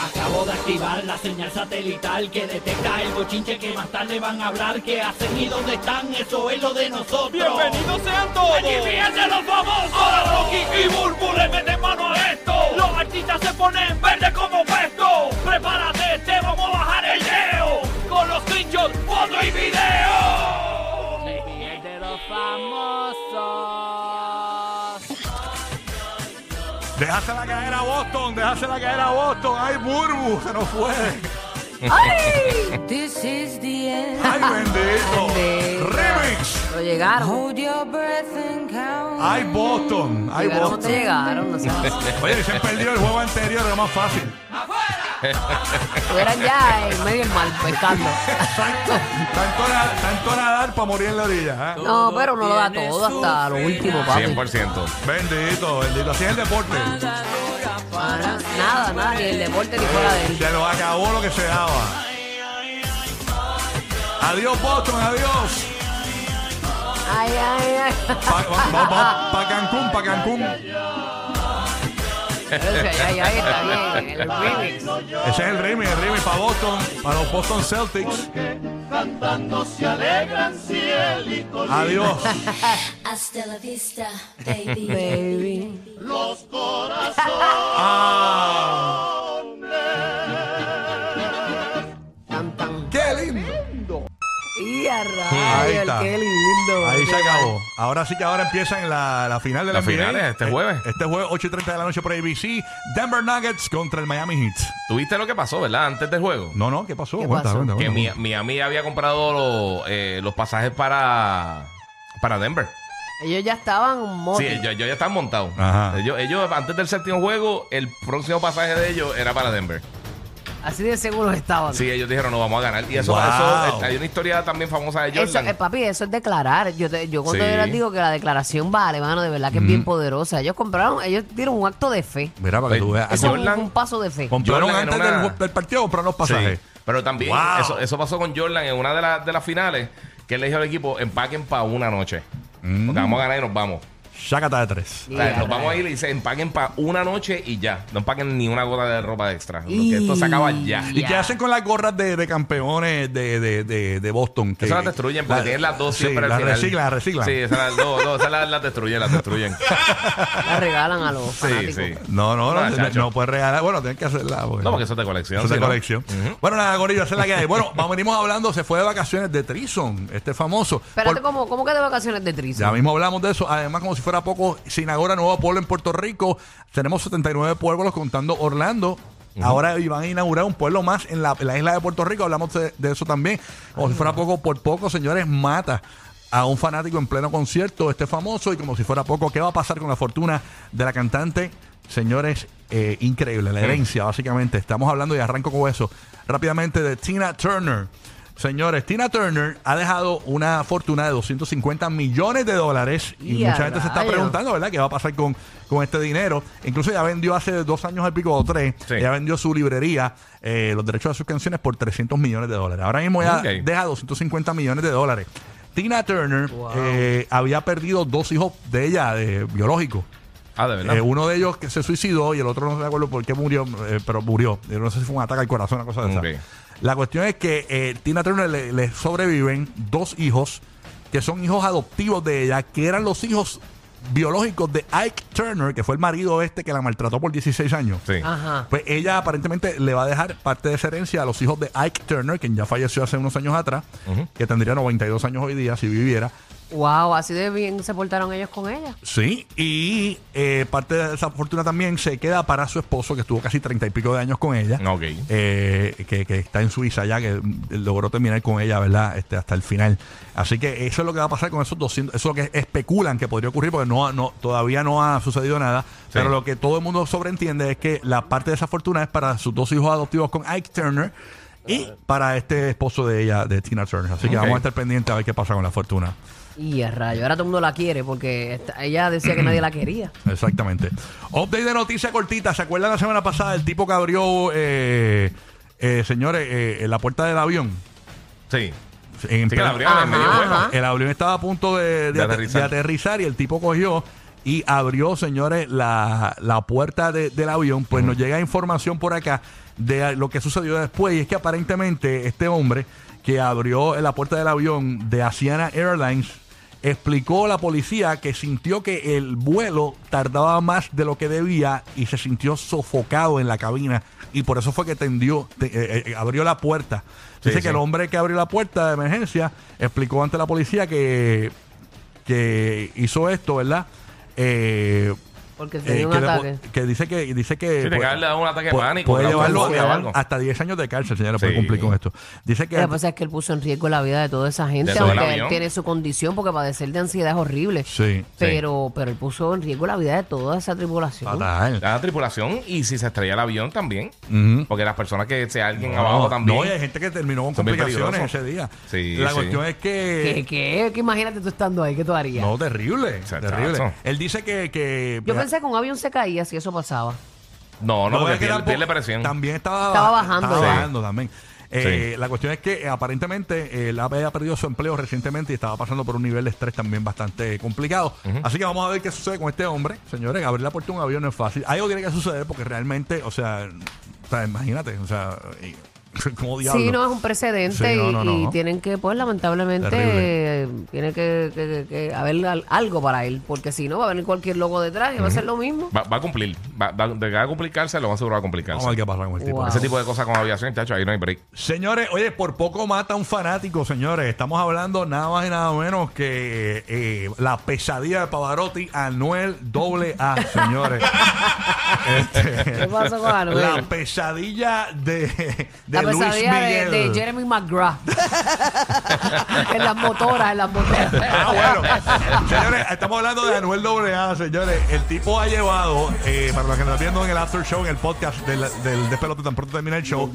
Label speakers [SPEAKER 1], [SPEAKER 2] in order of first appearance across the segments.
[SPEAKER 1] Acabo de activar la señal satelital que detecta el bochinche que más tarde van a hablar. ¿Qué hacen y dónde están? Eso es lo de nosotros.
[SPEAKER 2] ¡Bienvenidos sean todos!
[SPEAKER 1] ¡Aquí fíjense los famosos!
[SPEAKER 2] Ahora Rocky y Burbu le meten mano a esto.
[SPEAKER 1] Los artistas se ponen verde como puesto. Prepárate, te vamos a bajar el leo. Con los trinchos, foto y video. de los famosos.
[SPEAKER 2] Déjasela caer a Boston, déjasela caer a Boston. ¡Ay, Burbu! Se nos fue.
[SPEAKER 3] This is the end.
[SPEAKER 2] ¡Ay, bendito!
[SPEAKER 3] Bendito.
[SPEAKER 2] ¡Remix!
[SPEAKER 3] Pero llegaron.
[SPEAKER 4] Hold your breath and count.
[SPEAKER 2] ¡Ay, Boston! ¡Ay,
[SPEAKER 3] Llegaron o te
[SPEAKER 2] Boston!
[SPEAKER 3] llegaron. No sé.
[SPEAKER 2] Oye, se perdió el juego anterior, era más fácil.
[SPEAKER 3] Estuvieran ya en medio del mar pescando.
[SPEAKER 2] Tanto, tanto, na- tanto nadar para morir en la orilla. ¿eh?
[SPEAKER 3] No, pero uno lo da todo hasta lo último, papi.
[SPEAKER 5] 100%.
[SPEAKER 2] Bendito, bendito. Así es el deporte.
[SPEAKER 3] Para nada, nada, ni el deporte ni fuera de él.
[SPEAKER 2] Se lo acabó lo que se daba. Adiós, Boston, adiós.
[SPEAKER 3] Ay, ay, ay.
[SPEAKER 2] Para Cancún, para Cancún.
[SPEAKER 3] Ay, ay, ay, está bien. El remix.
[SPEAKER 2] Ese es el remix, el remix para Boston, para los Boston Celtics. Adiós.
[SPEAKER 6] Hasta la vista, baby.
[SPEAKER 3] Baby.
[SPEAKER 2] Ah,
[SPEAKER 3] Tan, tan.
[SPEAKER 2] ¡Qué lindo!
[SPEAKER 3] Y a
[SPEAKER 2] Ahí
[SPEAKER 3] rayos,
[SPEAKER 2] está.
[SPEAKER 3] qué lindo.
[SPEAKER 2] Ahí se
[SPEAKER 3] qué
[SPEAKER 2] acabó. Ahora sí que ahora empiezan la, la final de la
[SPEAKER 5] La
[SPEAKER 2] NBA.
[SPEAKER 5] final es este
[SPEAKER 2] Eh,
[SPEAKER 5] jueves.
[SPEAKER 2] Este jueves, 8 y 30 de la noche por ABC. Denver Nuggets contra el Miami Heat.
[SPEAKER 5] ¿Tuviste lo que pasó, verdad? Antes del juego.
[SPEAKER 2] No, no, ¿qué pasó?
[SPEAKER 3] ¿Qué
[SPEAKER 2] Cuenta,
[SPEAKER 3] pasó?
[SPEAKER 2] cuenta,
[SPEAKER 5] Que
[SPEAKER 2] cuenta.
[SPEAKER 5] mi- Miami había comprado lo- eh, los pasajes para, para Denver.
[SPEAKER 3] Ellos ya estaban un moto.
[SPEAKER 5] Sí, ellos, ellos ya están montados.
[SPEAKER 2] Oh, Ajá.
[SPEAKER 5] Ellos, ellos, antes del séptimo juego, el próximo pasaje de ellos era para Denver.
[SPEAKER 3] Así de seguro estaban.
[SPEAKER 5] Sí, ellos dijeron, no vamos a ganar. Y eso,
[SPEAKER 2] Wow.
[SPEAKER 5] eso, eh, hay una historia también famosa de
[SPEAKER 3] Eso,
[SPEAKER 5] Jordan.
[SPEAKER 3] eh, papi, eso es declarar. Yo, te- yo cuando
[SPEAKER 5] Sí.
[SPEAKER 3] yo les digo que la declaración vale, mano, de verdad que es bien poderosa. Ellos compraron, ellos dieron un acto de fe.
[SPEAKER 2] Mira, para que tú veas.
[SPEAKER 3] Eso fue
[SPEAKER 5] Ah, Jordan-
[SPEAKER 3] un, paso de fe.
[SPEAKER 2] Compraron
[SPEAKER 5] Pues, Jordan en
[SPEAKER 2] antes
[SPEAKER 5] una-
[SPEAKER 2] del, del partido, compraron los
[SPEAKER 5] Sí,
[SPEAKER 2] pasajes.
[SPEAKER 5] Pero también,
[SPEAKER 2] Wow.
[SPEAKER 5] eso, eso pasó con Jordan en una de, las de las finales, que él le dijo al equipo, empaquen para una noche.
[SPEAKER 2] Mm.
[SPEAKER 5] Porque vamos a ganar y nos vamos.
[SPEAKER 2] Chácata de tres.
[SPEAKER 5] O sea,
[SPEAKER 3] Yeah,
[SPEAKER 5] nos
[SPEAKER 2] eh.
[SPEAKER 5] vamos a ir y dice, empaquen para una noche y ya. No empaquen ni una gota de ropa extra. Porque esto se acaba ya.
[SPEAKER 2] ¿Y
[SPEAKER 3] Ya.
[SPEAKER 2] qué hacen con las gorras de, de campeones de, de, de, de Boston? Que
[SPEAKER 5] Esas las destruyen porque tienen las dos
[SPEAKER 2] sí,
[SPEAKER 5] siempre al
[SPEAKER 2] las
[SPEAKER 5] final.
[SPEAKER 2] reciclan, las reciclan.
[SPEAKER 5] Sí, esas las, no, no, esas las, las destruyen, las destruyen.
[SPEAKER 3] La regalan a los
[SPEAKER 5] sí,
[SPEAKER 3] fanáticos.
[SPEAKER 5] sí.
[SPEAKER 2] No, no, no,
[SPEAKER 5] Ah,
[SPEAKER 2] no,
[SPEAKER 5] chacho.
[SPEAKER 2] no puedes regalar. Bueno, tienen que hacerla. porque-
[SPEAKER 5] No, porque eso es de colección.
[SPEAKER 2] Eso es de
[SPEAKER 5] si no.
[SPEAKER 2] colección. Bueno, nada, Gorillo, esa es la que hay. Bueno, vamos, venimos hablando, se fue de vacaciones de Trison, este famoso.
[SPEAKER 3] Espérate,
[SPEAKER 2] Por-
[SPEAKER 3] ¿cómo, ¿cómo que de vacaciones de Trisa?
[SPEAKER 2] Ya mismo hablamos de eso. Además, como si fuera poco, se inaugura nuevo pueblo en Puerto Rico. Tenemos 79 pueblos contando Orlando. Ahora van a inaugurar un pueblo más en la, en la isla de Puerto Rico. Hablamos de, de eso también. Como si fuera poco, por poco, señores, mata a un fanático en pleno concierto, este famoso. Y como si fuera poco, ¿qué va a pasar con la fortuna de la cantante? Señores, eh, increíble, la herencia, básicamente. Estamos hablando y arranco con eso. Rápidamente de Tina Turner. Señores, Tina Turner ha dejado una fortuna de 250 millones de dólares y
[SPEAKER 3] Y a
[SPEAKER 2] mucha gente se está
[SPEAKER 3] rayos.
[SPEAKER 2] preguntando, ¿verdad?, qué va a pasar con, con este dinero. Incluso ya vendió hace dos años al pico o tres,
[SPEAKER 5] Sí.
[SPEAKER 2] ya vendió su librería, eh, los derechos de sus canciones por 300 millones de dólares. Ahora mismo ya
[SPEAKER 5] Ok.
[SPEAKER 2] deja 250 millones de dólares. Tina Turner eh, había perdido dos hijos de ella, de biológicos.
[SPEAKER 5] Ah, de verdad.
[SPEAKER 2] Eh, uno de ellos que se suicidó y el otro no me acuerdo por qué murió, eh, pero murió. Eh, No sé si fue un ataque al corazón, una cosa de
[SPEAKER 5] Ok.
[SPEAKER 2] esa. La cuestión es que eh, Tina Turner le, le sobreviven dos hijos que son hijos adoptivos de ella, que eran los hijos biológicos de Ike Turner, que fue el marido este que la maltrató por 16 años.
[SPEAKER 5] sí.
[SPEAKER 3] Ajá.
[SPEAKER 2] Pues ella aparentemente le va a dejar parte de esa herencia a los hijos de Ike Turner, quien ya falleció hace unos años atrás, que tendría 92 años hoy día si viviera.
[SPEAKER 3] Wow, así de bien se portaron ellos con ella.
[SPEAKER 2] Sí, y eh, parte de esa fortuna también se queda para su esposo, que estuvo casi treinta y pico de años con ella.
[SPEAKER 5] Ok.
[SPEAKER 2] Eh, que, que está en Suiza ya, que mm, logró terminar con ella, ¿verdad? Este, hasta el final. Así que eso es lo que va a pasar con esos 200. Eso es lo que especulan que podría ocurrir, porque no, no, todavía no ha sucedido nada. Pero lo que todo el mundo sobreentiende es que la parte de esa fortuna es para sus dos hijos adoptivos con Ike Turner. Y para este esposo de ella, de Tina Turner. Así que
[SPEAKER 5] Ok.
[SPEAKER 2] vamos a estar pendientes a ver qué pasa con la fortuna.
[SPEAKER 3] Y a rayo. Ahora todo el mundo la quiere porque esta- ella decía que nadie la quería.
[SPEAKER 2] Exactamente. Update de noticia cortita. ¿Se acuerdan la semana pasada el tipo que abrió, eh, eh, señores, eh, la puerta del avión?
[SPEAKER 5] Sí.
[SPEAKER 2] En
[SPEAKER 5] Sí, que
[SPEAKER 2] plena-
[SPEAKER 5] la abrieron en medio
[SPEAKER 3] Ajá,
[SPEAKER 5] juego.
[SPEAKER 3] ajá.
[SPEAKER 2] el avión estaba a punto de, de
[SPEAKER 5] De
[SPEAKER 2] ate-
[SPEAKER 5] aterrizar.
[SPEAKER 2] de aterrizar y el tipo cogió y abrió, señores, la, la puerta de- del avión. Pues nos llega información por acá de lo que sucedió después. Y es que aparentemente este hombre que abrió la puerta del avión de Asiana Airlines explicó a la policía que sintió que el vuelo tardaba más de lo que debía y se sintió sofocado en la cabina. Y por eso fue que tendió, te- eh, eh, abrió la puerta. Dice
[SPEAKER 5] sí.
[SPEAKER 2] que el hombre que abrió la puerta de emergencia explicó ante la policía que que hizo esto, ¿verdad? Eh,
[SPEAKER 3] Porque
[SPEAKER 2] eh,
[SPEAKER 3] se dio un
[SPEAKER 2] que, le po-
[SPEAKER 3] ataque.
[SPEAKER 2] que dice que dice que
[SPEAKER 5] Sí, te
[SPEAKER 2] pu-
[SPEAKER 5] acaba de dar un ataque de
[SPEAKER 2] pu-
[SPEAKER 5] pánico,
[SPEAKER 2] puede
[SPEAKER 5] una
[SPEAKER 2] llevarlo
[SPEAKER 5] euforia
[SPEAKER 2] a-
[SPEAKER 5] o algo.
[SPEAKER 2] hasta 10 años de cárcel señora por
[SPEAKER 5] Sí.
[SPEAKER 2] cumplir con esto dice que
[SPEAKER 3] Lo que pasa es que él puso en riesgo la vida de toda esa gente,
[SPEAKER 5] De todo el
[SPEAKER 3] aunque él
[SPEAKER 5] avión.
[SPEAKER 3] tiene su condición, porque padecer de ansiedad es horrible.
[SPEAKER 2] Sí.
[SPEAKER 3] Pero, pero él puso en riesgo la vida de toda esa tribulación.
[SPEAKER 2] fatal
[SPEAKER 5] La tripulación y si se estrella el avión también.
[SPEAKER 2] Ujú.
[SPEAKER 5] Porque las personas que sea alguien
[SPEAKER 2] No,
[SPEAKER 5] abajo también.
[SPEAKER 2] no, y hay gente que terminó con
[SPEAKER 5] Son bien
[SPEAKER 2] complicaciones
[SPEAKER 5] peligrosos.
[SPEAKER 2] ese día
[SPEAKER 5] Sí,
[SPEAKER 2] la
[SPEAKER 5] sí.
[SPEAKER 2] cuestión es
[SPEAKER 3] ¿Qué,
[SPEAKER 2] que
[SPEAKER 3] qué, qué imagínate tú estando ahí? ¿Qué tú harías?
[SPEAKER 2] Eh, no terrible
[SPEAKER 5] Chachazo.
[SPEAKER 2] terrible él dice que, que
[SPEAKER 3] Yo pensé que un avión se caía si eso pasaba.
[SPEAKER 5] no,
[SPEAKER 2] Lo
[SPEAKER 5] no,
[SPEAKER 2] que
[SPEAKER 5] porque
[SPEAKER 2] es que
[SPEAKER 5] pierde,
[SPEAKER 2] tampoco-
[SPEAKER 5] pierde presión.
[SPEAKER 2] También estaba,
[SPEAKER 3] Estaba bajando,
[SPEAKER 2] estaba
[SPEAKER 3] ¿verdad?
[SPEAKER 2] bajando también. Eh, La cuestión es que eh, aparentemente eh, él había perdido su empleo recientemente y estaba pasando por un nivel de estrés también bastante complicado. Así que vamos a ver qué sucede con este hombre. Señores, abrir la puerta de un avión no es fácil. Algo tiene que suceder porque realmente, o sea, o sea, imagínate, o sea, y- ¿cómo diablo?
[SPEAKER 3] Sí, no, es un precedente
[SPEAKER 2] Sí, no, no,
[SPEAKER 3] y- y,
[SPEAKER 2] no.
[SPEAKER 3] tienen que, pues lamentablemente,
[SPEAKER 2] Terrible.
[SPEAKER 3] eh, tiene que, que- que- que haber al- algo para él, porque si no va a venir cualquier loco detrás y va a ser lo mismo.
[SPEAKER 5] Va, va a cumplir. Va, va, de que va a complicarse, lo más seguro va a complicarse.
[SPEAKER 2] Vamos a ver qué pasa con el tipo.
[SPEAKER 3] Wow.
[SPEAKER 5] Ese tipo de cosas con aviación, chacho, ahí no hay break.
[SPEAKER 2] Señores, oye, por poco mata a un fanático, señores. Estamos hablando nada más y nada menos que eh, la pesadilla de Pavarotti, Anuel doble A, señores. Este,
[SPEAKER 3] ¿Qué pasó con
[SPEAKER 2] la
[SPEAKER 3] Anuel?
[SPEAKER 2] pesadilla de, de
[SPEAKER 3] La
[SPEAKER 2] Luis
[SPEAKER 3] pesadilla de,
[SPEAKER 2] Miguel.
[SPEAKER 3] de Jeremy McGrath. en las motoras, en las motoras.
[SPEAKER 2] Ah, bueno. Señores, estamos hablando de Anuel AA, señores. El tipo ha llevado, eh, para los que nos están viendo en el after show, en el podcast del, del despelote, tan pronto termina el show.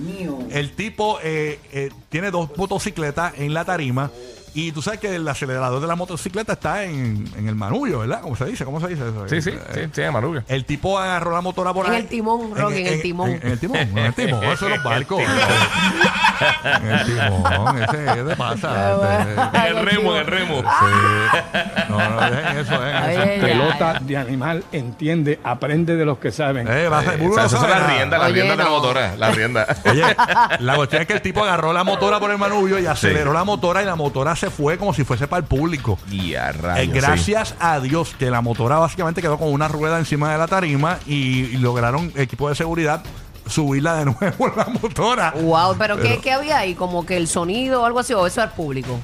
[SPEAKER 2] El tipo eh, eh, tiene dos motocicletas en la tarima. Y tú sabes que el acelerador de la motocicleta está en, en el manubrio, ¿verdad? ¿Cómo se dice? ¿Cómo se dice eso?
[SPEAKER 5] Sí, sí,
[SPEAKER 2] Eh,
[SPEAKER 5] sí, sí, de Marullo.
[SPEAKER 2] El tipo agarró la motora por
[SPEAKER 3] En
[SPEAKER 2] ahí.
[SPEAKER 3] el timón, Rocky, en el timón.
[SPEAKER 2] En, en el timón, en el timón. Eso es los barcos. en el timón, ese, ese
[SPEAKER 3] Ah,
[SPEAKER 2] pasa. Ese-
[SPEAKER 5] En el remo, en el remo.
[SPEAKER 2] Ah, Sí. No, no, dejen eso, dejen eso.
[SPEAKER 3] Ay, ay, ay.
[SPEAKER 7] Pelota de animal entiende, aprende de los que saben.
[SPEAKER 2] Eh, va a ser-
[SPEAKER 5] Eh, o sea,
[SPEAKER 2] no
[SPEAKER 5] esas son
[SPEAKER 2] sabe
[SPEAKER 5] las
[SPEAKER 2] nada.
[SPEAKER 5] riendas, las
[SPEAKER 3] Oye,
[SPEAKER 5] riendas de la
[SPEAKER 3] no.
[SPEAKER 5] motora, las riendas.
[SPEAKER 2] Oye, la cuestión es que el tipo agarró la motora por el manubrio y aceleró la motora y la motora se fue como si fuese para el público.
[SPEAKER 5] Y a
[SPEAKER 2] Eh,
[SPEAKER 5] rayos,
[SPEAKER 2] gracias a Dios que la motora básicamente quedó con una rueda encima de la tarima y, y lograron equipo de seguridad subirla de nuevo la motora.
[SPEAKER 3] Wow, pero, ¿qué, qué había ahí? Como que el sonido o algo así, o eso al público.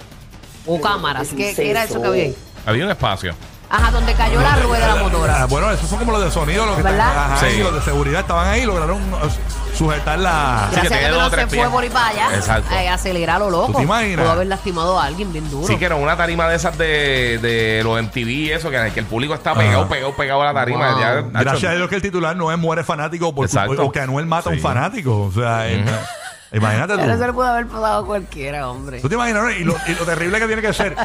[SPEAKER 3] O cámaras, ¿qué, qué era eso que había ahí?
[SPEAKER 5] sí. Había un espacio.
[SPEAKER 3] Ajá, donde cayó la rueda de la
[SPEAKER 2] Ah,
[SPEAKER 3] motora.
[SPEAKER 2] bueno, esos son como los de sonido, los que
[SPEAKER 3] ¿Verdad?
[SPEAKER 2] estaban- ajá,
[SPEAKER 5] Sí.
[SPEAKER 2] y los de seguridad estaban ahí y lograron eh, sujetar la.
[SPEAKER 5] que
[SPEAKER 3] Gracias a
[SPEAKER 5] tenía
[SPEAKER 3] Dios que
[SPEAKER 5] dos o
[SPEAKER 3] no
[SPEAKER 5] tres
[SPEAKER 3] se fue
[SPEAKER 5] pies.
[SPEAKER 3] por ahí para allá.
[SPEAKER 5] Exacto.
[SPEAKER 3] Eh, acelerar lo loco.
[SPEAKER 2] ¿Tú te imaginas?
[SPEAKER 3] Pudo haber lastimado a alguien bien duro.
[SPEAKER 5] Sí, que era una tarima de esas de, de los MTV y eso, que, que el público está pegado, pegado, pegado a la tarima.
[SPEAKER 3] Wow.
[SPEAKER 5] Ya, tacho,
[SPEAKER 2] Gracias a Dios que el titular no es muere fanático por
[SPEAKER 5] Exacto.
[SPEAKER 2] o que Anuel mata a un
[SPEAKER 5] Sí.
[SPEAKER 2] fanático. O sea, eh, imagínate
[SPEAKER 3] Pero eso le
[SPEAKER 2] tú.
[SPEAKER 3] pudo haber pasado a cualquiera, hombre.
[SPEAKER 2] ¿Tú te imaginas? no? Y lo, y lo terrible que tiene que ser.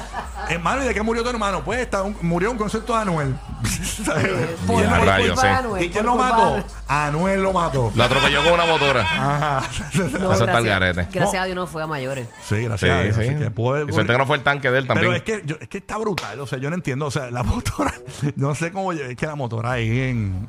[SPEAKER 2] hermano, ¿y de qué murió tu hermano? Pues está un- murió un concierto de Anuel.
[SPEAKER 3] Por-
[SPEAKER 5] Ya,
[SPEAKER 3] por
[SPEAKER 5] rayos,
[SPEAKER 3] culpa
[SPEAKER 5] sí.
[SPEAKER 3] de Anuel,
[SPEAKER 2] ¿Y quién
[SPEAKER 3] por
[SPEAKER 2] lo
[SPEAKER 3] culpa de
[SPEAKER 2] mató?
[SPEAKER 3] Anuel.
[SPEAKER 2] Anuel lo mató.
[SPEAKER 5] Lo atropelló con una motora.
[SPEAKER 2] Ajá.
[SPEAKER 3] No,
[SPEAKER 5] Eso está al
[SPEAKER 3] gracias,
[SPEAKER 5] garete.
[SPEAKER 3] gracias a Dios no fue a mayores.
[SPEAKER 2] Sí,
[SPEAKER 5] Sí,
[SPEAKER 2] gracias. a Dios.
[SPEAKER 5] sí.
[SPEAKER 2] Así que puede-
[SPEAKER 5] Y suerte que no fue el tanque de él también.
[SPEAKER 2] Pero es que, yo- es que está brutal. O sea, yo no entiendo. O sea, la motora. No sé cómo. Es que la motora ahí en.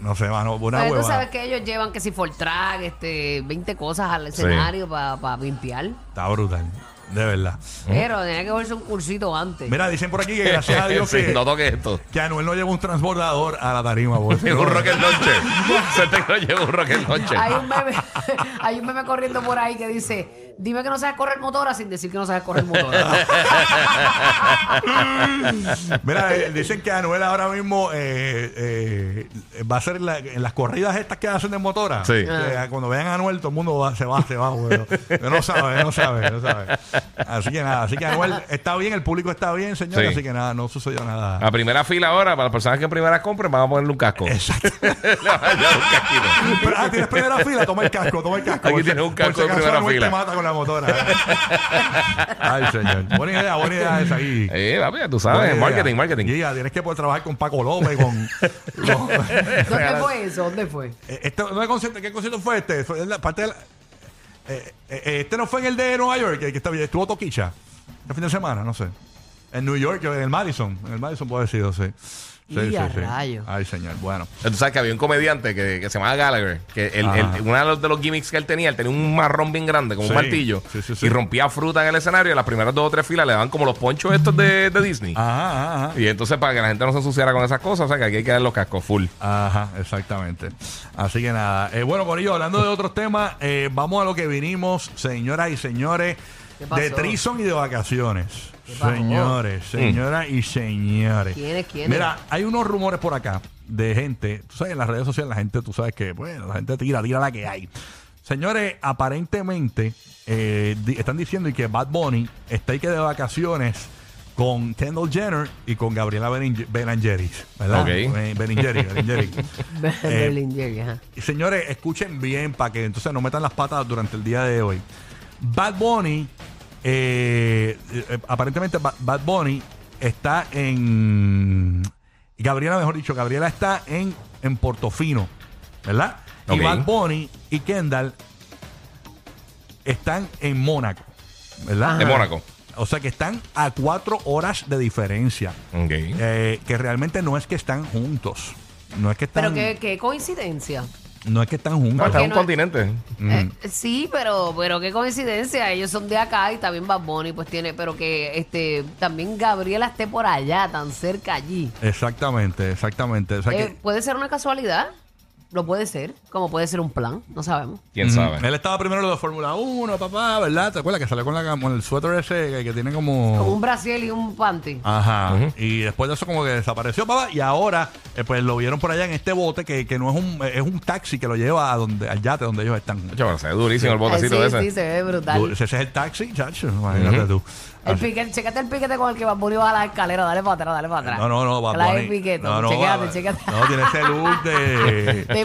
[SPEAKER 2] No sé, mano. Una
[SPEAKER 3] Pero tú
[SPEAKER 2] huevada.
[SPEAKER 3] sabes que ellos llevan que si Fortrack, este, 20 cosas al escenario para limpiar.
[SPEAKER 2] Está brutal. De verdad.
[SPEAKER 3] Pero tenía que volverse un cursito antes.
[SPEAKER 2] Mira, dicen por aquí que gracias a Dios
[SPEAKER 5] Sí,
[SPEAKER 2] que,
[SPEAKER 5] no toques esto.
[SPEAKER 2] que Anuel no lleva un transbordador a la tarima. porque si
[SPEAKER 5] Llegó un
[SPEAKER 2] no-
[SPEAKER 5] Rocket Launcher. Suerte que no llegó un Rocket Launcher.
[SPEAKER 3] Hay un, meme, hay un meme corriendo por ahí que dice, dime que no sabes correr motora sin decir que no sabes correr motora.
[SPEAKER 2] Mira, eh, dicen que Anuel ahora mismo eh, eh, eh, va a ser la- en las corridas estas que hacen de motora.
[SPEAKER 5] Sí.
[SPEAKER 2] Que, eh, cuando vean a Anuel, todo el mundo va- se va, se va, güey. No sabe, no sabe, no sabe. Así que nada, así que Anuel está bien, el público está bien, señor.
[SPEAKER 5] Sí.
[SPEAKER 2] Así que nada, no sucedió nada.
[SPEAKER 5] A primera fila ahora, para las personas que en primera compren, van a ponerle un casco. Exacto. Le van a dar un casquito.
[SPEAKER 2] Pero, ah, tienes primera fila, toma el casco, toma el casco.
[SPEAKER 5] Aquí
[SPEAKER 2] Por si-
[SPEAKER 5] tienes un casco
[SPEAKER 2] por si acaso
[SPEAKER 5] de primera
[SPEAKER 2] Anuel
[SPEAKER 5] fila.
[SPEAKER 2] te mata con la motora. Ay, señor. Buena idea, buena idea esa ahí.
[SPEAKER 5] Eh, papi, ya tú sabes,
[SPEAKER 2] Buena
[SPEAKER 5] marketing,
[SPEAKER 2] idea.
[SPEAKER 5] marketing.
[SPEAKER 2] Giga, tienes que poder trabajar con Paco López, con... con-
[SPEAKER 3] ¿Dónde fue eso? ¿Dónde fue?
[SPEAKER 2] Eh, este- no es concierto, ¿Qué concierto fue este? Fue en la parte de la- eh, eh, eh, este no fue en el de Nueva York, el que está- estuvo Toquicha. El fin de semana, no sé. En New York, en el Madison. En el Madison puede haber sido, sí.
[SPEAKER 3] Y a rayos.
[SPEAKER 2] Ay, señor. Bueno.
[SPEAKER 5] Tú sabes que había un comediante que, que se llamaba Gallagher, que él-
[SPEAKER 2] Ajá.
[SPEAKER 5] él- uno de los, de los gimmicks que él tenía, él tenía un marrón bien grande, como
[SPEAKER 2] Sí,
[SPEAKER 5] un martillo,
[SPEAKER 2] sí, sí, sí.
[SPEAKER 5] y rompía fruta en el escenario, y las primeras dos o tres filas le daban como los ponchos estos de, de Disney.
[SPEAKER 2] Ah, Ajá, ajá, ajá.
[SPEAKER 5] Y entonces para que la gente no se ensuciara con esas cosas, o sea que aquí hay que dar los cascos full.
[SPEAKER 2] Ajá, exactamente. Así que nada. Eh, bueno, Corillo, hablando de otros temas, eh, vamos a lo que vinimos, señoras y señores,
[SPEAKER 3] ¿Qué pasó?
[SPEAKER 2] de Trison y de vacaciones.
[SPEAKER 3] ¿Qué pasó?
[SPEAKER 2] Señores, señoras y señores.
[SPEAKER 3] ¿Quiénes, quiénes?
[SPEAKER 2] Mira, hay unos rumores por acá de gente, tú sabes, en las redes sociales la gente, tú sabes que, bueno, la gente tira, tira la que hay. Señores, aparentemente eh, di- están diciendo y que Bad Bunny está ahí que de vacaciones con Kendall Jenner y con Gabriela Beringe- Belangeris, ¿verdad?
[SPEAKER 5] Ok.
[SPEAKER 2] Eh, Berengeri, Berengeri. Eh,
[SPEAKER 3] Berlingeri, ajá.
[SPEAKER 2] y Señores, escuchen bien para que entonces no metan las patas durante el día de hoy. Bad Bunny, eh, eh, aparentemente Ba- Bad Bunny está en... Gabriela, mejor dicho, Gabriela está en, en Portofino, ¿verdad?
[SPEAKER 5] Ok.
[SPEAKER 2] Y Bad Bunny y Kendall están en Mónaco, ¿verdad?
[SPEAKER 5] De Mónaco.
[SPEAKER 2] O sea que están a cuatro horas de diferencia.
[SPEAKER 5] Ok.
[SPEAKER 2] Eh, que realmente no es que están juntos. No es que están,
[SPEAKER 3] Pero qué, qué coincidencia.
[SPEAKER 2] no es que están juntos.
[SPEAKER 5] No, está en un
[SPEAKER 3] no-
[SPEAKER 5] continente.
[SPEAKER 2] Mm.
[SPEAKER 3] Eh, sí, pero, pero qué coincidencia. Ellos son de acá y también Bad Bunny, pues tiene, pero que este también Gabriela esté por allá, tan cerca allí.
[SPEAKER 2] Exactamente, exactamente. O sea
[SPEAKER 3] Eh, puede ser una casualidad, lo puede ser, como puede ser un plan, no sabemos.
[SPEAKER 2] Mm,
[SPEAKER 5] ¿Quién sabe?
[SPEAKER 2] que, él estaba primero en lo de Fórmula 1, papá, ¿verdad? ¿Te acuerdas que salió con, la, con el suéter ese que, que tiene
[SPEAKER 3] Como
[SPEAKER 2] como...
[SPEAKER 3] un brasiel y un panty.
[SPEAKER 2] Ajá. Y después de eso como que desapareció, papá. Y ahora, eh, pues lo vieron por allá en este bote que, que no es un, es un taxi que lo lleva a donde, al yate donde ellos están.
[SPEAKER 5] Chacho, pero se ve durísimo el
[SPEAKER 3] Ay, Eh, sí,
[SPEAKER 5] botecito ese.
[SPEAKER 3] sí, se ve brutal.
[SPEAKER 2] Ese es el taxi, chacho. Imagínate tú.
[SPEAKER 3] El
[SPEAKER 2] Así-
[SPEAKER 3] piquete, chécate el piquete con el que Bad Bunny baja la escalera, dale para atrás, dale para atrás.
[SPEAKER 2] No, no, no, Bad
[SPEAKER 3] Claro,
[SPEAKER 2] Bunny.
[SPEAKER 3] el piquete,
[SPEAKER 2] No, no,
[SPEAKER 3] chécate,
[SPEAKER 2] Bad-
[SPEAKER 3] chécate.
[SPEAKER 2] No, tiene ese look de...
[SPEAKER 3] De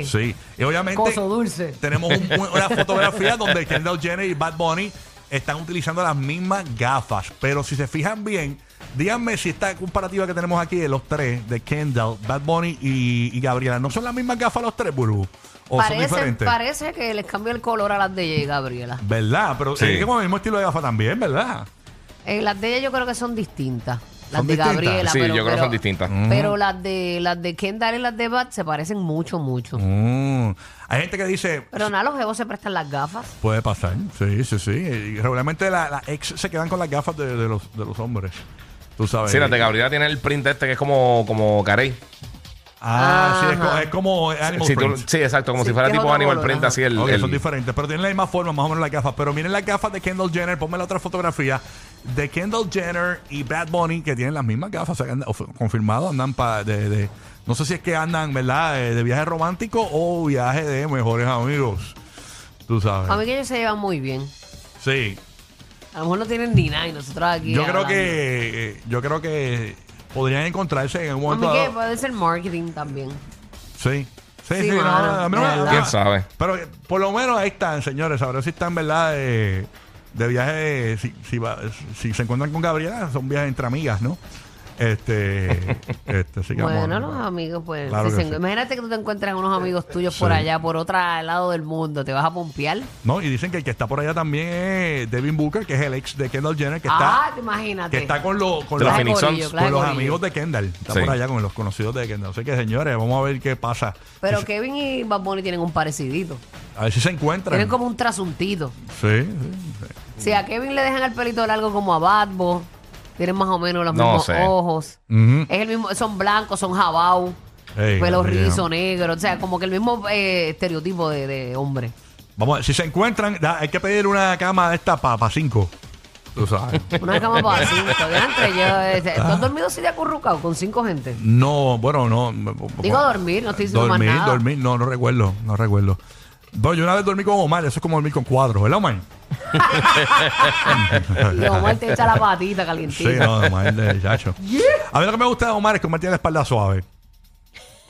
[SPEAKER 2] Sí, y obviamente
[SPEAKER 3] Coso dulce.
[SPEAKER 2] tenemos un- un- una fotografía donde Kendall Jenner y Bad Bunny están utilizando las mismas gafas, pero si se fijan bien, díganme si esta comparativa que tenemos aquí de los tres, de Kendall, Bad Bunny y, y Gabriela, ¿no son las mismas gafas los tres, Burbu? ¿O son
[SPEAKER 3] Parece,
[SPEAKER 2] diferentes?
[SPEAKER 3] parece que les cambió el color a las de Gabriela.
[SPEAKER 2] ¿Verdad? Pero
[SPEAKER 5] Sí.
[SPEAKER 2] es que con el mismo estilo de gafas también, ¿verdad?
[SPEAKER 3] Eh, las de ella yo creo que son distintas. Las
[SPEAKER 2] ¿Son
[SPEAKER 3] de
[SPEAKER 2] distintas?
[SPEAKER 3] Gabriela.
[SPEAKER 5] Sí,
[SPEAKER 3] pero,
[SPEAKER 5] yo creo que
[SPEAKER 3] pero-
[SPEAKER 5] son distintas.
[SPEAKER 3] Pero las de las de Kendall y las de Bat se parecen mucho, mucho.
[SPEAKER 2] Mm. Hay gente que dice,
[SPEAKER 3] Pero nada, los jevos se prestan las gafas.
[SPEAKER 2] puede pasar, sí, sí, sí. Y regularmente las la ex se quedan con las gafas de, de los, de los hombres. Tú sabes.
[SPEAKER 5] Sí, la de Gabriela tiene el print este que es como, como carey.
[SPEAKER 2] Ah, sí, es,
[SPEAKER 3] Ajá.
[SPEAKER 2] co- es como Animal
[SPEAKER 5] Sí, tú-
[SPEAKER 2] Print.
[SPEAKER 5] sí, exacto, como
[SPEAKER 3] Sí,
[SPEAKER 5] si fuera
[SPEAKER 3] que es
[SPEAKER 5] tipo
[SPEAKER 3] otro
[SPEAKER 5] Animal
[SPEAKER 3] color,
[SPEAKER 5] Print,
[SPEAKER 3] ajá.
[SPEAKER 5] así el.
[SPEAKER 2] Ok,
[SPEAKER 5] el-
[SPEAKER 2] son diferentes, pero tienen la misma forma, más o menos las gafas. Pero miren las gafas de Kendall Jenner, ponme la otra fotografía de Kendall Jenner y Bad Bunny, que tienen las mismas gafas, o sea, que andan- o fue- confirmado, andan para de, de- No sé si es que andan, ¿verdad? Eh, De, viaje romántico o viaje de mejores amigos. Tú sabes.
[SPEAKER 3] A mí que ellos se llevan muy bien.
[SPEAKER 2] Sí.
[SPEAKER 3] A lo mejor no tienen ni nada y nosotros aquí.
[SPEAKER 2] Yo creo
[SPEAKER 3] hablando.
[SPEAKER 2] que. eh, Yo creo que podrían encontrarse en un
[SPEAKER 3] A mí
[SPEAKER 2] momento.
[SPEAKER 3] que
[SPEAKER 2] dado.
[SPEAKER 3] puede ser marketing también.
[SPEAKER 2] Sí. Sí,
[SPEAKER 3] pues. Sí,
[SPEAKER 2] sí, no, no, no, no,
[SPEAKER 3] mano, de
[SPEAKER 2] no,
[SPEAKER 3] verdad.
[SPEAKER 5] ¿Quién sabe?
[SPEAKER 2] Pero eh, por lo menos ahí están, señores. Ahora si están, ¿verdad? De, de viaje, si, si, va- si se encuentran con Gabriela, son viajes entre amigas, ¿no? Este, este, así que vamos
[SPEAKER 3] bueno,
[SPEAKER 2] a-
[SPEAKER 3] los amigos, pues.
[SPEAKER 2] Claro
[SPEAKER 3] si
[SPEAKER 2] que
[SPEAKER 3] se-
[SPEAKER 2] sí.
[SPEAKER 3] Imagínate que tú te encuentras unos amigos tuyos por
[SPEAKER 2] sí.
[SPEAKER 3] allá, por otro lado del mundo. Te vas a pompear.
[SPEAKER 2] No, y dicen que el que está por allá también es Devin Booker, que es el ex de Kendall Jenner, que
[SPEAKER 3] ah,
[SPEAKER 2] está,
[SPEAKER 3] imagínate.
[SPEAKER 2] que está con, lo- con
[SPEAKER 5] De los
[SPEAKER 2] los,
[SPEAKER 3] Clase
[SPEAKER 5] Phoenix
[SPEAKER 3] corillo,
[SPEAKER 5] Suns,
[SPEAKER 3] clase
[SPEAKER 2] con los
[SPEAKER 3] corillo.
[SPEAKER 2] amigos de Kendall. Está
[SPEAKER 5] Sí.
[SPEAKER 2] por allá con los conocidos de Kendall. Así que, señores, vamos a ver qué pasa.
[SPEAKER 3] Pero
[SPEAKER 2] Si-
[SPEAKER 3] Kevin y Bad Bunny tienen un parecidito.
[SPEAKER 2] a ver si se encuentran.
[SPEAKER 3] Tienen como un trasuntito.
[SPEAKER 2] Sí, sí.
[SPEAKER 3] Si a Kevin le dejan el pelito largo como a Batbo, tienen más o menos los
[SPEAKER 5] No
[SPEAKER 3] mismos
[SPEAKER 5] sé.
[SPEAKER 3] ojos.
[SPEAKER 2] Ujú.
[SPEAKER 3] Es el mismo, son blancos, son jabau,
[SPEAKER 2] Ey,
[SPEAKER 3] pelo
[SPEAKER 2] Gabriela.
[SPEAKER 3] rizo, negro. O sea, como que el mismo eh, estereotipo de, de hombre.
[SPEAKER 2] Vamos a ver, si se encuentran, da- hay que pedir una cama de esta para cinco. Tú sabes.
[SPEAKER 3] Una cama para cinco. diantre, yo, eh, ¿Tú
[SPEAKER 2] Ah.
[SPEAKER 3] has dormido así de acurrucado con cinco gente?
[SPEAKER 2] No, bueno, no. m- m-
[SPEAKER 3] Digo dormir, no estoy diciendo
[SPEAKER 2] dormir,
[SPEAKER 3] más nada.
[SPEAKER 2] Dormir, no, no recuerdo, no recuerdo. Bueno, yo una vez dormí con Omar, eso es como dormir con cuadros, ¿verdad, Omar?
[SPEAKER 3] Y Omar te echa la patita
[SPEAKER 2] Sí,
[SPEAKER 3] calientita.
[SPEAKER 2] no, Omar, de chacho. A mí lo que me gusta de Omar es que Omar tiene la espalda suave.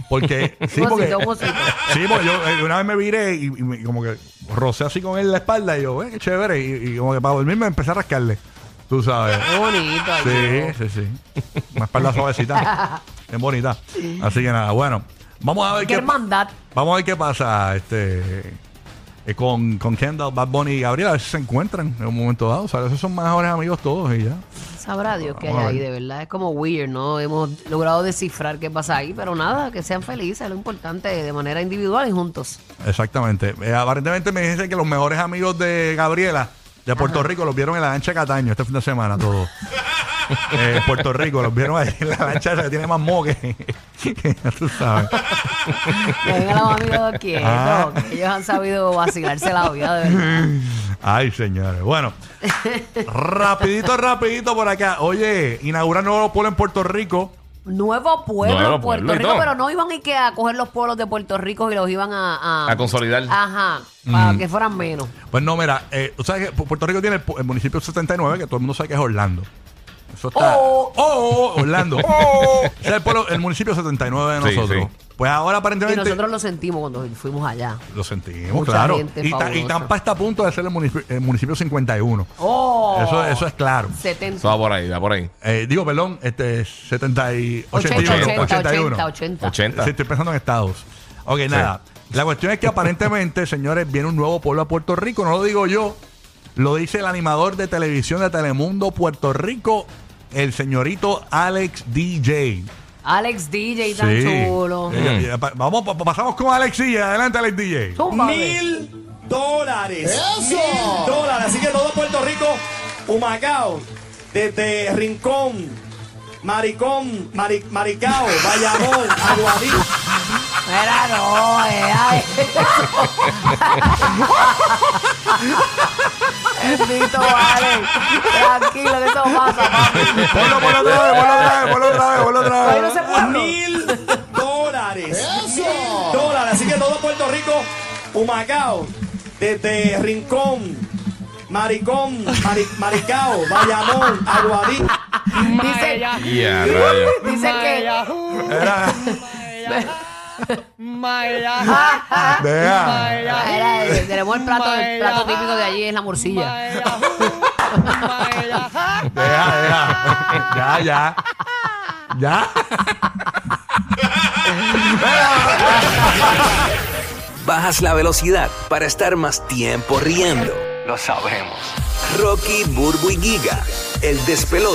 [SPEAKER 2] Porque, sí,
[SPEAKER 3] Un
[SPEAKER 2] porque,
[SPEAKER 3] osito, un osito.
[SPEAKER 2] sí, porque yo eh, una vez me viré y, y me- como que rocé así con él la espalda y yo, eh, qué chévere. Y, y como que para dormir me empecé a rascarle, tú sabes.
[SPEAKER 3] Qué bonito. ay,
[SPEAKER 2] Sí,
[SPEAKER 3] Dios.
[SPEAKER 2] sí, sí. Una espalda suavecita. Bien bonita. Así que nada, bueno. Vamos a ver
[SPEAKER 3] Qué
[SPEAKER 2] qué,
[SPEAKER 3] hermandad.
[SPEAKER 2] vamos a ver qué pasa, este. eh, con, con Kendall, Bad Bunny y Gabriela, a ver si se encuentran en un momento dado. O sea, esos son mejores amigos todos y ya.
[SPEAKER 3] Sabrá Dios qué hay
[SPEAKER 2] Vamos a
[SPEAKER 3] ahí,
[SPEAKER 2] ver.
[SPEAKER 3] de verdad. Es como weird, ¿no? Hemos logrado descifrar qué pasa ahí, pero nada, que sean felices, lo importante, de manera individual y juntos.
[SPEAKER 2] Exactamente. Eh, aparentemente me dicen que los mejores amigos de Gabriela de Puerto Rico los vieron en la lancha de Cataño este fin de semana, todos. Eh, en Puerto Rico, los vieron ahí en la lancha esa que tiene más moque. ya tú sabes.
[SPEAKER 3] Dejen a los amigos quietos,
[SPEAKER 2] Ah.
[SPEAKER 3] que ellos han sabido vacilarse la vida, de verdad.
[SPEAKER 2] Ay, señores. Bueno, rapidito, rapidito por acá. Oye, inauguran nuevo pueblo en Puerto Rico.
[SPEAKER 3] Nuevo pueblo,
[SPEAKER 5] Nuevo
[SPEAKER 3] Puerto
[SPEAKER 5] pueblo y
[SPEAKER 3] Rico,
[SPEAKER 5] todo.
[SPEAKER 3] pero no iban y que a coger los pueblos de Puerto Rico y los iban a...
[SPEAKER 5] A consolidar.
[SPEAKER 3] Ajá, para que fueran menos.
[SPEAKER 2] Pues no, mira, eh, tú sabes que Pu- Puerto Rico tiene el, pu- el municipio 79, que todo el mundo sabe que es Orlando. Eso está.
[SPEAKER 3] Oh.
[SPEAKER 2] Oh, oh, Orlando. Oh. Ese es el, pueblo- el municipio 79 de
[SPEAKER 5] Sí,
[SPEAKER 2] nosotros. Pues ahora
[SPEAKER 3] Y
[SPEAKER 2] aparentemente.
[SPEAKER 3] nosotros lo sentimos cuando fuimos allá.
[SPEAKER 2] Lo sentimos,
[SPEAKER 3] Mucha
[SPEAKER 2] claro.
[SPEAKER 3] gente
[SPEAKER 2] Y, ta- y
[SPEAKER 3] fabulosa.
[SPEAKER 2] Tampa está a punto de ser el municipio, el municipio 51.
[SPEAKER 3] ¡Oh!
[SPEAKER 2] Eso, eso es claro.
[SPEAKER 3] 70.
[SPEAKER 5] Eso va por ahí, va por ahí.
[SPEAKER 2] Eh, digo, perdón, este 70 y
[SPEAKER 3] 80,
[SPEAKER 2] 81,
[SPEAKER 3] 80,
[SPEAKER 2] 81.
[SPEAKER 3] 80, 80.
[SPEAKER 5] 80.
[SPEAKER 2] Sí, estoy pensando en estados. Ok, nada. La cuestión es que aparentemente, señores, viene un nuevo pueblo a Puerto Rico. No lo digo yo, lo dice el animador de televisión de Telemundo Puerto Rico, el señorito Alex DJ.
[SPEAKER 3] Alex DJ tan
[SPEAKER 2] Sí.
[SPEAKER 3] chulo.
[SPEAKER 2] Eh, eh, pa- Vamos, pa- pasamos con Alex DJ. Adelante, Alex DJ.
[SPEAKER 3] Zúmbame.
[SPEAKER 8] Mil dólares. Mil dólares. Así que todo Puerto Rico, Humacao, desde Rincón, Maricón, Mari- Maricao, Bayamón, Aguadí.
[SPEAKER 3] Era no, eh, ay. Bendito, Alex. Tranquilo, que eso pasa, papi.
[SPEAKER 2] Ponlo, ponlo otra vez, ponlo otra vez, ponlo otra vez, ponlo otra vez.
[SPEAKER 3] Ahí no se puede.
[SPEAKER 8] Mil dólares. Mil dólares. Así que todo Puerto Rico, Humacao, desde Rincón, Maricón, Mari- Maricao, Bayamón, Aguadí.
[SPEAKER 3] Dice,
[SPEAKER 5] Y a rayos.
[SPEAKER 3] dice que...
[SPEAKER 2] Era- Vea.
[SPEAKER 3] ah, Era, eh, tenemos el plato, el plato típico de allí es la morcilla.
[SPEAKER 2] Deja, deja. Ya, ya. Ya.
[SPEAKER 9] Bajas la velocidad para estar más tiempo riendo. Lo sabemos. Rocky, Burbu y Giga, el despelote.